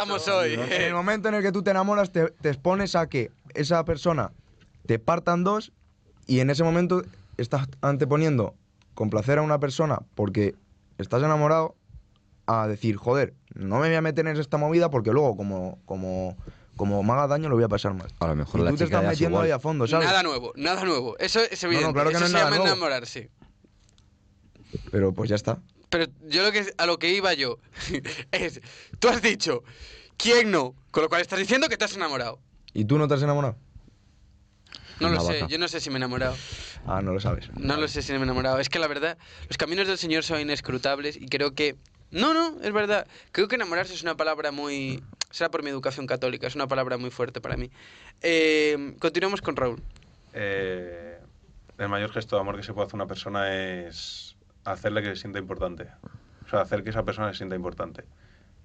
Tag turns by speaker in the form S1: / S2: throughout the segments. S1: Vamos hoy.
S2: En el momento en el que tú te enamoras, te, te expones a que esa persona te partan dos y en ese momento estás anteponiendo complacer a una persona porque estás enamorado a decir, joder, no me voy a meter en esta movida porque luego, como, como, como me haga daño, lo voy a pasar mal.
S3: A lo mejor
S2: y
S3: la
S2: tú te
S3: chica
S2: estás
S3: ya es
S2: metiendo
S3: igual.
S2: ahí a fondo, ¿sabes?
S1: Nada nuevo, nada nuevo. Eso es evidente.
S2: claro que
S1: Eso
S2: no es
S1: se
S2: nada
S1: llama
S2: nuevo.
S1: enamorarse.
S2: Pero pues ya está.
S1: Pero yo lo que, a lo que iba yo es, tú has dicho, ¿quién no? Con lo cual estás diciendo que te has enamorado.
S2: ¿Y tú no te has enamorado?
S1: No lo
S3: Una
S1: sé,
S3: vaca.
S1: yo no sé si me he enamorado.
S2: Ah, no lo sabes.
S1: No lo sé si me he enamorado. Es que la verdad, los caminos del Señor son inescrutables y creo que... No, no, es verdad. Creo que enamorarse es una palabra muy... Será por mi educación católica, es una palabra muy fuerte para mí. Eh, continuamos con Raúl.
S4: Eh, el mayor gesto de amor que se puede hacer a una persona es hacerle que se sienta importante. O sea, hacer que esa persona se sienta importante.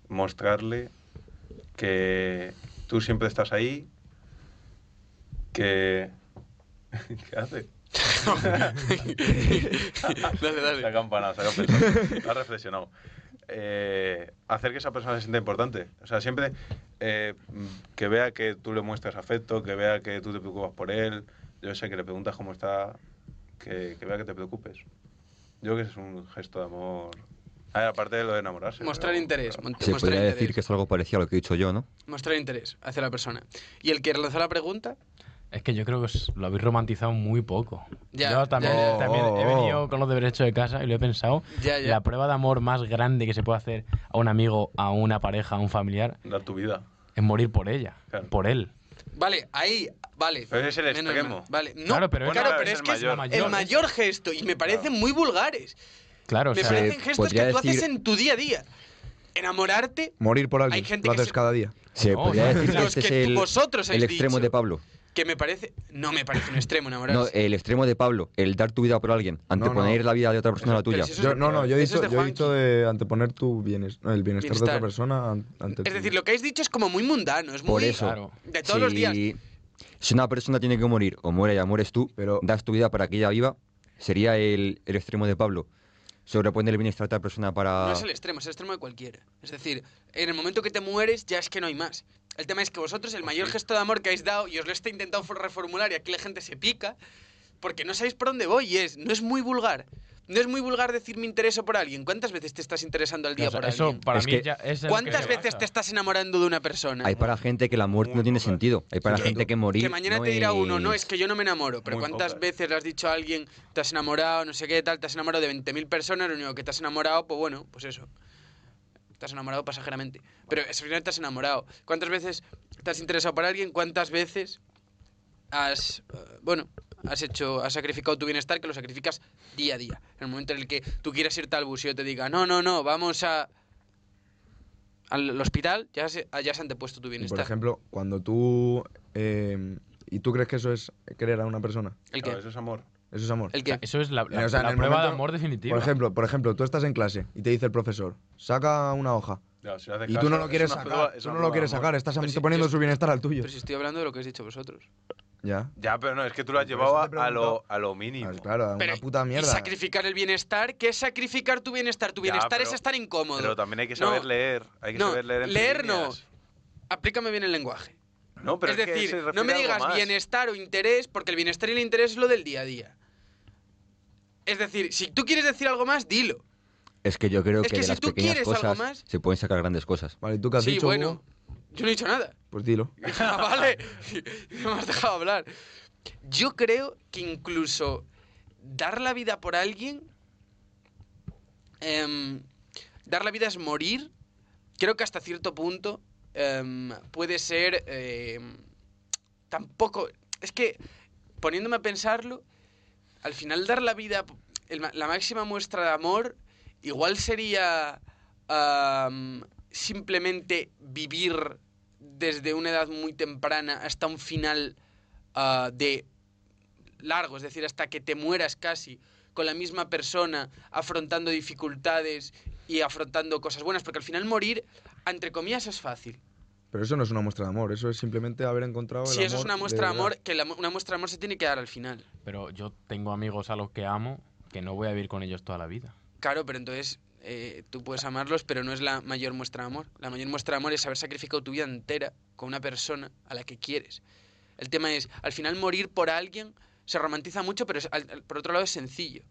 S4: Mostrarle que tú siempre estás ahí, que... ¿Qué hace?
S1: dale,
S4: Se ha
S1: dale.
S4: campanado, se ha campanado. Ha reflexionado. Eh, hacer que esa persona se sienta importante. O sea, siempre eh, mm, que vea que tú le muestras afecto, que vea que tú te preocupas por él. Yo sé que le preguntas cómo está, que, que vea que te preocupes. Yo creo que ese es un gesto de amor. A ver, aparte de lo de enamorarse.
S1: Mostrar
S4: pero-
S1: interés.
S4: pero-
S1: mont-
S3: Se
S1: mostrar
S3: podría
S1: interés.
S3: decir que es algo parecido a lo que he dicho yo, ¿no?
S1: Mostrar interés hacia la persona. Y el que lanzó la pregunta,
S5: Es que yo creo que os- lo habéis romantizado muy poco.
S1: Ya,
S5: yo también,
S1: ya,
S2: ya.
S5: también he
S2: Oh, oh.
S5: venido con los deberes hechos de casa y lo he pensado.
S1: Ya, ya.
S5: La prueba de amor más grande que se puede hacer a un amigo, a una pareja, a un familiar,
S4: Dar tu vida.
S5: es morir por ella,
S4: Claro.
S5: por él.
S1: Vale, ahí, vale.
S4: Pero es el
S1: Menos mal.
S4: extremo.
S1: Vale, no,
S5: Claro, pero
S4: Bueno,
S1: claro,
S4: claro,
S1: pero
S4: es
S1: es
S4: Eh, el
S1: que es
S4: mayor.
S1: el
S5: Claro.
S1: mayor gesto y me parecen muy vulgares.
S5: Claro, o
S1: me
S5: sea,
S1: parecen gestos que
S3: eh, podría
S1: tú haces
S3: decir-
S1: en tu día a día. Enamorarte,
S2: Morir por alguien.
S1: Hay gente
S2: lo
S1: que
S2: haces
S1: se-
S2: cada día.
S3: Se
S5: No,
S3: podría
S5: no,
S3: decir que
S1: los
S3: este es
S1: que tú-
S3: el,
S1: vosotros habéis
S3: el extremo
S1: dicho.
S3: de Pablo.
S1: que me parece. No me parece un extremo
S3: No, eh,
S1: enamorarse.
S3: el extremo de Pablo, el dar tu vida por alguien, anteponer la vida de otra persona a la
S1: Pero
S3: tuya.
S1: si eso es
S2: Yo,
S1: de-
S2: no, no, yo he
S1: eso es
S2: dicho
S1: de
S2: de, yo he
S1: Juanqui.
S2: dicho de anteponer tu bienes, no, el bienestar, de
S1: Bienestar.
S2: otra persona an- ante
S1: es
S2: tu-
S1: decir, lo que habéis dicho es como muy mundano, es muy.
S3: Por eso,
S5: Claro.
S1: De todos los
S3: si-
S1: días.
S3: Si una persona tiene que morir, o muere ya mueres tú,
S2: Pero-
S3: das tu vida para que ella viva, sería el, el extremo de Pablo. Sobreponer el bienestar de otra persona para...
S5: Ah.
S1: No es el extremo, es el extremo de cualquiera. Es decir, en el momento que te mueres ya es que no hay más. El tema es que vosotros
S5: Pues
S1: el mayor gesto de amor que habéis dado, y os lo estoy intentando for- reformular y aquí la gente se pica, porque no sabéis por dónde voy y es, no es muy vulgar. No es muy vulgar decir me intereso por alguien. ¿Cuántas veces te estás interesando al día
S5: o sea,
S1: por
S5: eso
S1: alguien?
S5: para
S3: Es
S5: mí
S3: que-
S5: ya es en lo
S1: ¿Cuántas
S5: que se
S1: veces
S5: basa.
S1: te estás enamorando de una persona?
S3: Hay para gente que la muerte no tiene sentido. Hay para
S4: Sí,
S3: gente
S4: claro.
S3: que morir.
S1: que mañana
S3: no
S1: te dirá uno, no,
S3: es-
S1: es que yo no me enamoro. Pero
S4: Muy
S1: ¿cuántas
S4: pocas.
S1: veces le has dicho a alguien, te has enamorado, no sé qué, tal, te has enamorado de 20.000 personas, lo único que te has enamorado, pues bueno, pues eso. Te has enamorado pasajeramente. Pero al final te has enamorado. ¿Cuántas veces te has interesado por alguien? ¿Cuántas veces has, eh, bueno, has hecho, has sacrificado tu bienestar que lo sacrificas día a día? En el momento en el que tú quieras irte al bus y yo te diga, no, no, no, vamos a... Al hospital ya se, ya se han depuesto tu
S2: Y,
S1: bienestar.
S2: Por ejemplo, cuando tú... eh, ¿Y tú crees que eso es querer a una persona?
S1: ¿El qué?
S4: Claro, eso es amor.
S2: Eso es amor.
S1: ¿El
S5: O sea,
S1: qué?
S5: eso es la, la-
S2: O sea, en
S5: la
S2: el
S5: prueba de
S2: momento-
S5: amor definitiva.
S2: Por ejemplo, por ejemplo, tú estás en clase y te dice el profesor, saca una hoja.
S4: Claro, si le haces
S2: Y tú
S4: caso,
S2: no lo
S4: es
S2: quieres
S4: una
S2: sacar.
S4: prueba- es
S2: tú no
S4: una
S2: lo
S4: prueba
S2: quieres
S4: de amor.
S2: sacar. Estás
S1: Pero si-
S2: poniendo
S1: yo-
S2: su bienestar al tuyo.
S1: Pero si estoy hablando de lo que habéis dicho vosotros.
S2: Ya.
S4: Ya, pero no, es que tú lo has
S2: Por eso
S4: llevado
S2: te he
S4: a, a lo,
S2: preguntado.
S4: a lo mínimo.
S2: Ah, claro, a
S1: Pero,
S2: una puta
S1: Y
S2: mierda.
S1: sacrificar el bienestar, ¿qué es sacrificar tu bienestar? Tu
S4: Ya,
S1: bienestar es
S4: pero-
S1: estar incómodo.
S4: Pero también hay que
S1: No,
S4: saber leer. Hay que
S1: no,
S4: saber leer entre
S1: leer no.
S4: líneas.
S1: Aplícame bien el lenguaje.
S4: No, pero
S1: es
S4: que se
S1: decir, no
S4: refiere
S1: me
S4: a algo
S1: digas
S4: más.
S1: bienestar o interés, porque el bienestar y el interés es lo del día a día. Es decir, si tú quieres decir algo más, dilo.
S3: Es que yo creo
S1: Es
S3: que,
S1: que
S3: de
S1: si
S3: las
S1: tú
S3: pequeñas
S1: quieres algo
S3: cosas
S1: más-
S3: se pueden sacar grandes cosas.
S2: Vale, ¿y tú qué has
S1: sí,
S2: dicho,
S1: bueno.
S2: Hugo?
S1: Yo no he dicho nada.
S2: Pues dilo.
S1: Ah, vale. No me has dejado hablar. Yo creo que incluso dar la vida por alguien. em, dar la vida es morir. Creo que hasta cierto punto em, puede ser. em, tampoco. Es que poniéndome a pensarlo, al final dar la vida. el ma- la máxima muestra de amor igual sería am, simplemente vivir desde una edad muy temprana hasta un final ah, de largo, es decir, hasta que te mueras casi con la misma persona, afrontando dificultades y afrontando cosas buenas, porque al final morir, entre comillas, es fácil.
S2: Pero eso no es una muestra de amor. Eso es simplemente haber encontrado el
S1: Si eso es
S2: amor
S1: una
S2: de
S1: muestra de
S2: verdad.
S1: amor, que la mu- una muestra de amor se tiene que dar al final.
S5: Pero yo tengo amigos a los que amo que no voy a vivir con ellos toda la vida.
S1: Claro, pero entonces eh, tú puedes amarlos, pero no es la mayor muestra de amor. La mayor muestra de amor es haber sacrificado tu vida entera con una persona a la que quieres. El tema es, al final morir por alguien se romantiza mucho, pero es- al- al- por otro lado es sencillo.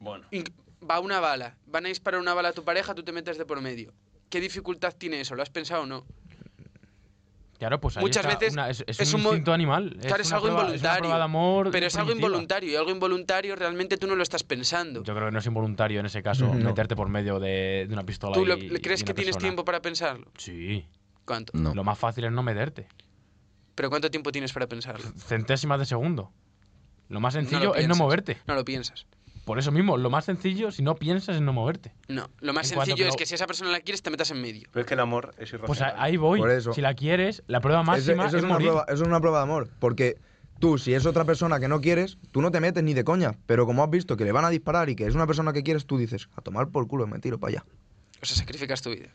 S4: Bueno,
S1: Inc- Va una bala, van a disparar una bala a tu pareja, tú te metes de por medio. ¿Qué dificultad tiene eso? ¿Lo has pensado o no?
S5: Claro, pues ahí
S1: Muchas
S5: está
S1: veces
S5: una- es, es
S1: es
S5: un
S1: un mo-
S5: instinto animal.
S1: Claro, es
S5: una
S1: algo
S5: prueba- Es una
S1: involuntario,
S5: prueba de amor
S1: Pero es algo
S5: primitiva.
S1: involuntario, y algo involuntario realmente tú no lo estás pensando.
S5: Yo creo que no es involuntario en ese caso
S2: No.
S5: meterte por medio de, de una pistola.
S1: ¿Tú lo-
S5: y-
S1: crees
S5: y
S1: que
S5: una
S1: tienes
S5: persona.
S1: tiempo para pensarlo?
S5: Sí.
S1: ¿Cuánto?
S3: No.
S5: Lo más fácil es no meterte.
S1: ¿Pero cuánto tiempo tienes para pensarlo?
S5: Centésimas de segundo. Lo más sencillo es no
S1: piensas.
S5: moverte.
S1: No lo piensas.
S5: Por eso mismo, lo más sencillo, si no piensas, es no moverte.
S1: No, lo más
S5: En cuanto
S1: sencillo
S5: que
S1: es
S5: lo-
S1: que si a esa persona la quieres, te metas en medio.
S4: pero es que el amor es irracional.
S5: Pues a- ahí voy.
S2: Por eso.
S5: Si la quieres, la prueba
S2: Ese-
S5: máxima
S2: eso, es
S5: es
S2: una
S5: morir.
S2: prueba, eso es una prueba de amor. Porque tú, si es otra persona que no quieres, tú no te metes ni de coña. Pero como has visto que le van a disparar y que es una persona que quieres, tú dices, a tomar por culo, me tiro para allá.
S1: O sea, sacrificas tu vida.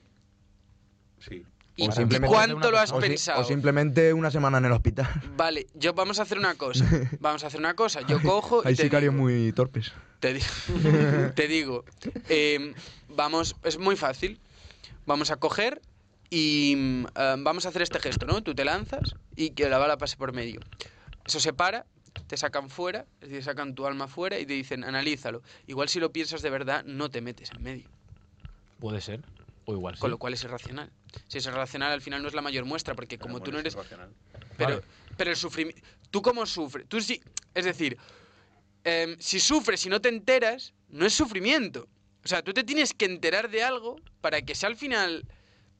S4: Sí.
S1: ¿Y,
S2: O
S1: y
S2: simplemente-
S1: cuánto lo has
S2: O, si-
S1: pensado?
S2: o simplemente una semana en el hospital.
S1: Vale, yo vamos a hacer una cosa. Vamos a hacer una cosa. Yo cojo y
S2: Hay
S1: te
S2: sicarios
S1: digo,
S2: muy torpes.
S1: te di- te digo, em, vamos, es muy fácil. Vamos a coger y mm, eh, vamos a hacer este gesto, ¿no? Tú te lanzas y que la bala pase por medio. Eso se para, te sacan fuera, es decir, sacan tu alma fuera y te dicen, analízalo. Igual si lo piensas de verdad, no te metes en medio.
S5: Puede ser. O igual sí.
S1: Con lo cual es irracional. Si es irracional, al final no es la mayor muestra, porque como
S4: El
S1: tú
S4: amor
S1: no eres.
S4: es irracional.
S1: Pero,
S5: Vale.
S1: pero el sufrimiento. ¿Tú cómo sufres? Tú sí. Es decir, em, si sufres y no te enteras, no es sufrimiento. O sea, tú te tienes que enterar de algo para que sea al final.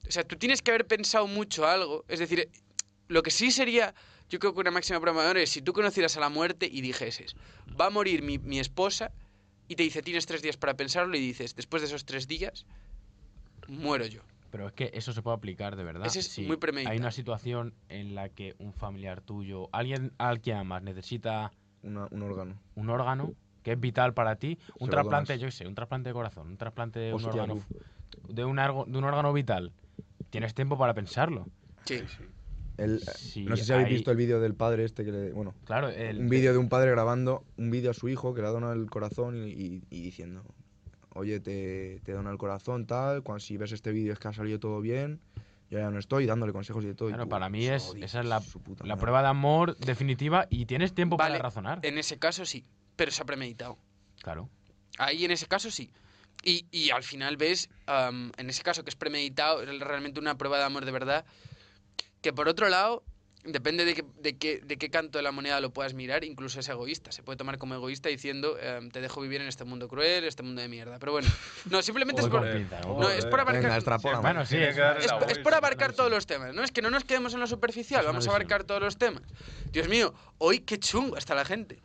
S1: O sea, tú tienes que haber pensado mucho algo. Es decir, lo que sí sería. Yo creo que una máxima programadora es si tú conocieras a la muerte y dijeses, va a morir mi, mi esposa, y te dice, tienes tres días para pensarlo, y dices, después de esos tres días, muero yo.
S5: Pero es que eso se puede aplicar de verdad.
S1: Ese es
S5: Si
S1: muy premeditado.
S5: Hay una situación en la que un familiar tuyo, alguien al que amas, necesita
S2: Una- un órgano.
S5: un órgano que es vital para ti, un
S2: Se lo
S5: trasplante,
S2: donas.
S5: yo qué sé, un trasplante de corazón, un trasplante de un
S2: Hostia,
S5: órgano,
S2: tú.
S5: de un, argo- de un órgano vital. Tienes tiempo para pensarlo.
S1: Sí.
S4: Sí, sí.
S2: El-
S5: Sí,
S2: Eh, no sé si habéis
S5: ahí-
S2: visto el vídeo del padre este que le. Bueno,
S5: Claro, el,
S2: un vídeo de un padre grabando un vídeo a su hijo que le ha donado el corazón y, y- y diciendo, oye, te, te dona el corazón, tal, cuando, si ves este vídeo es que ha salido todo bien, yo ya no estoy dándole consejos y de todo. y
S5: Claro,
S2: tú,
S5: para mí es,
S2: joder,
S5: esa es la,
S2: su puta
S5: la
S2: madre.
S5: prueba de amor definitiva y tienes tiempo
S1: Vale, Eh,
S5: para razonar.
S1: En ese caso sí, pero se ha premeditado.
S5: Claro.
S1: Ahí en ese caso sí. Y, y al final ves, am, en ese caso que es premeditado, es realmente una prueba de amor de verdad, que por otro lado, depende de, qué- de, qué, de qué canto de la moneda lo puedas mirar, incluso es egoísta. Se puede tomar como egoísta diciendo, em, te dejo vivir en este mundo cruel, este mundo de mierda. Pero bueno, no, simplemente es
S5: Voy con
S1: por,
S5: pinza, ¿no?
S1: no, es por abarcar-
S2: Venga, extrapola,
S5: Bueno, sí,
S4: Tiene
S5: es
S4: que darle
S1: es,
S4: la
S1: es
S4: vuelta.
S1: por abarcar
S5: sí.
S1: todos los temas, ¿no? Es que no nos quedemos en lo superficial,
S5: Es una
S1: vamos a
S5: visión.
S1: abarcar todos los temas. Dios mío, hoy qué chungo está la gente.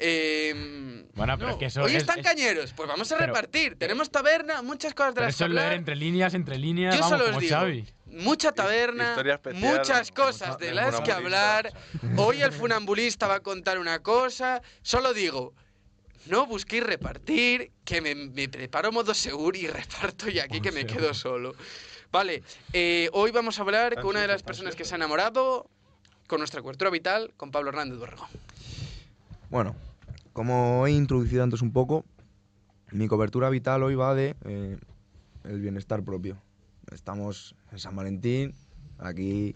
S1: Eh,
S5: Bueno, pero es que eso
S1: hoy
S5: es-
S1: están
S5: es-
S1: cañeros, pues vamos a
S5: pero- eh,
S1: repartir. Tenemos taberna, muchas cosas de
S5: Pero
S1: las que
S5: eso es leer
S1: hablar.
S5: entre líneas, entre líneas,
S1: Yo
S5: vamos,
S1: solo os
S5: como
S1: digo,
S5: Xavi.
S1: mucha taberna,
S4: historia especial,
S1: muchas
S4: como
S1: cosas
S4: tal,
S1: de
S4: del
S1: las que
S4: funambulista,
S1: hablar. Hoy el funambulista va a contar una cosa. Solo digo, no busquéis repartir, que me, me preparo modo seguro y reparto y aquí que me quedo solo. Vale, eh, hoy vamos a hablar con una de las personas que se ha enamorado, con nuestra cobertura vital, con Pablo Hernández Borrego.
S2: Bueno, como he introducido antes un poco, mi cobertura vital hoy va de eh, el bienestar propio. Estamos en San Valentín, aquí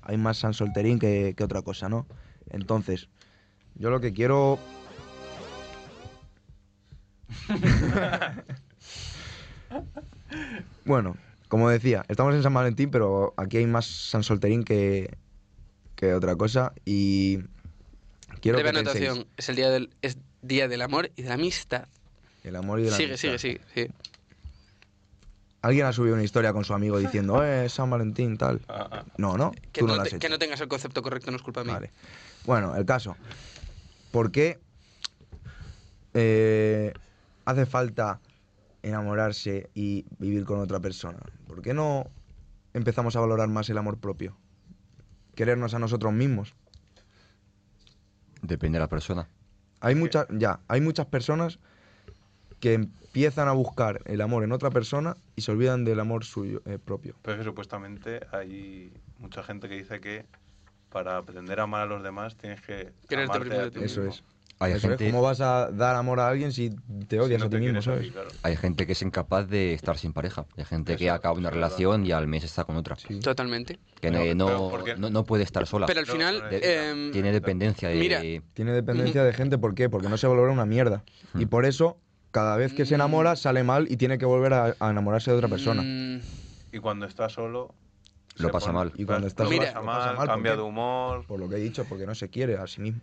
S2: hay más San Solterín que, que otra cosa, ¿no? Entonces, yo lo que quiero... bueno, como decía, estamos en San Valentín, pero aquí hay más San Solterín que, que otra cosa y... Quiero
S1: Breve
S2: que penséis-
S1: anotación, es el día del, es día del amor y de la amistad.
S2: el amor y de la
S1: sigue,
S2: amistad.
S1: sigue, sigue, sigue.
S2: Alguien ha subido una historia con su amigo diciendo, eh, San Valentín, tal.
S4: Ah, ah.
S2: No, no,
S1: Que,
S2: tú
S1: no
S2: no, la has
S1: te-
S2: hecho.
S1: que no tengas el concepto correcto no es culpa mía.
S2: Vale. Bueno, el caso. ¿Por qué eh, hace falta enamorarse y vivir con otra persona? ¿Por qué no empezamos a valorar más el amor propio? Querernos a nosotros mismos.
S3: Depende de la persona.
S2: Hay muchas, ya, hay muchas personas que empiezan a buscar el amor en otra persona y se olvidan del amor suyo eh, propio.
S4: Pero es que supuestamente hay mucha gente que dice que para pretender amar a los demás tienes que
S1: Quererte
S4: amarte a
S1: primero
S4: ti
S1: tú
S2: Eso
S4: mismo.
S2: es.
S3: Hay
S2: Eso es,
S3: gente,
S2: ¿Cómo vas a dar amor a alguien si te odias
S4: Si no
S2: a ti mismo,
S4: quieres a
S2: sabes?
S4: ti, claro.
S3: hay gente que es incapaz de estar sin pareja. Hay gente que
S4: Eso,
S3: acaba una
S4: es verdad.
S3: relación y al mes está con otra.
S2: Sí.
S1: Totalmente.
S3: Que
S4: Pero-
S3: no,
S4: pero ¿por qué?
S3: no, no puede estar sola.
S1: Pero al
S4: No,
S1: final,
S4: no
S1: eh,
S4: necesita.
S3: Tiene dependencia de...
S1: Mira.
S2: Tiene dependencia de gente, ¿por qué? Porque no se valora una mierda. Y por eso, cada vez que se enamora, sale mal y tiene que volver a, a enamorarse de otra persona.
S1: mm,
S4: Y cuando está solo.
S3: Lo
S4: se
S3: pasa mal.
S2: Y cuando está
S4: lo
S1: solo,
S4: pasa
S1: lo
S2: pasa
S4: mal,
S2: mal,
S4: cambia
S2: ¿por
S4: de
S2: qué?
S4: humor.
S2: Por lo que he dicho, porque no se quiere a sí mismo.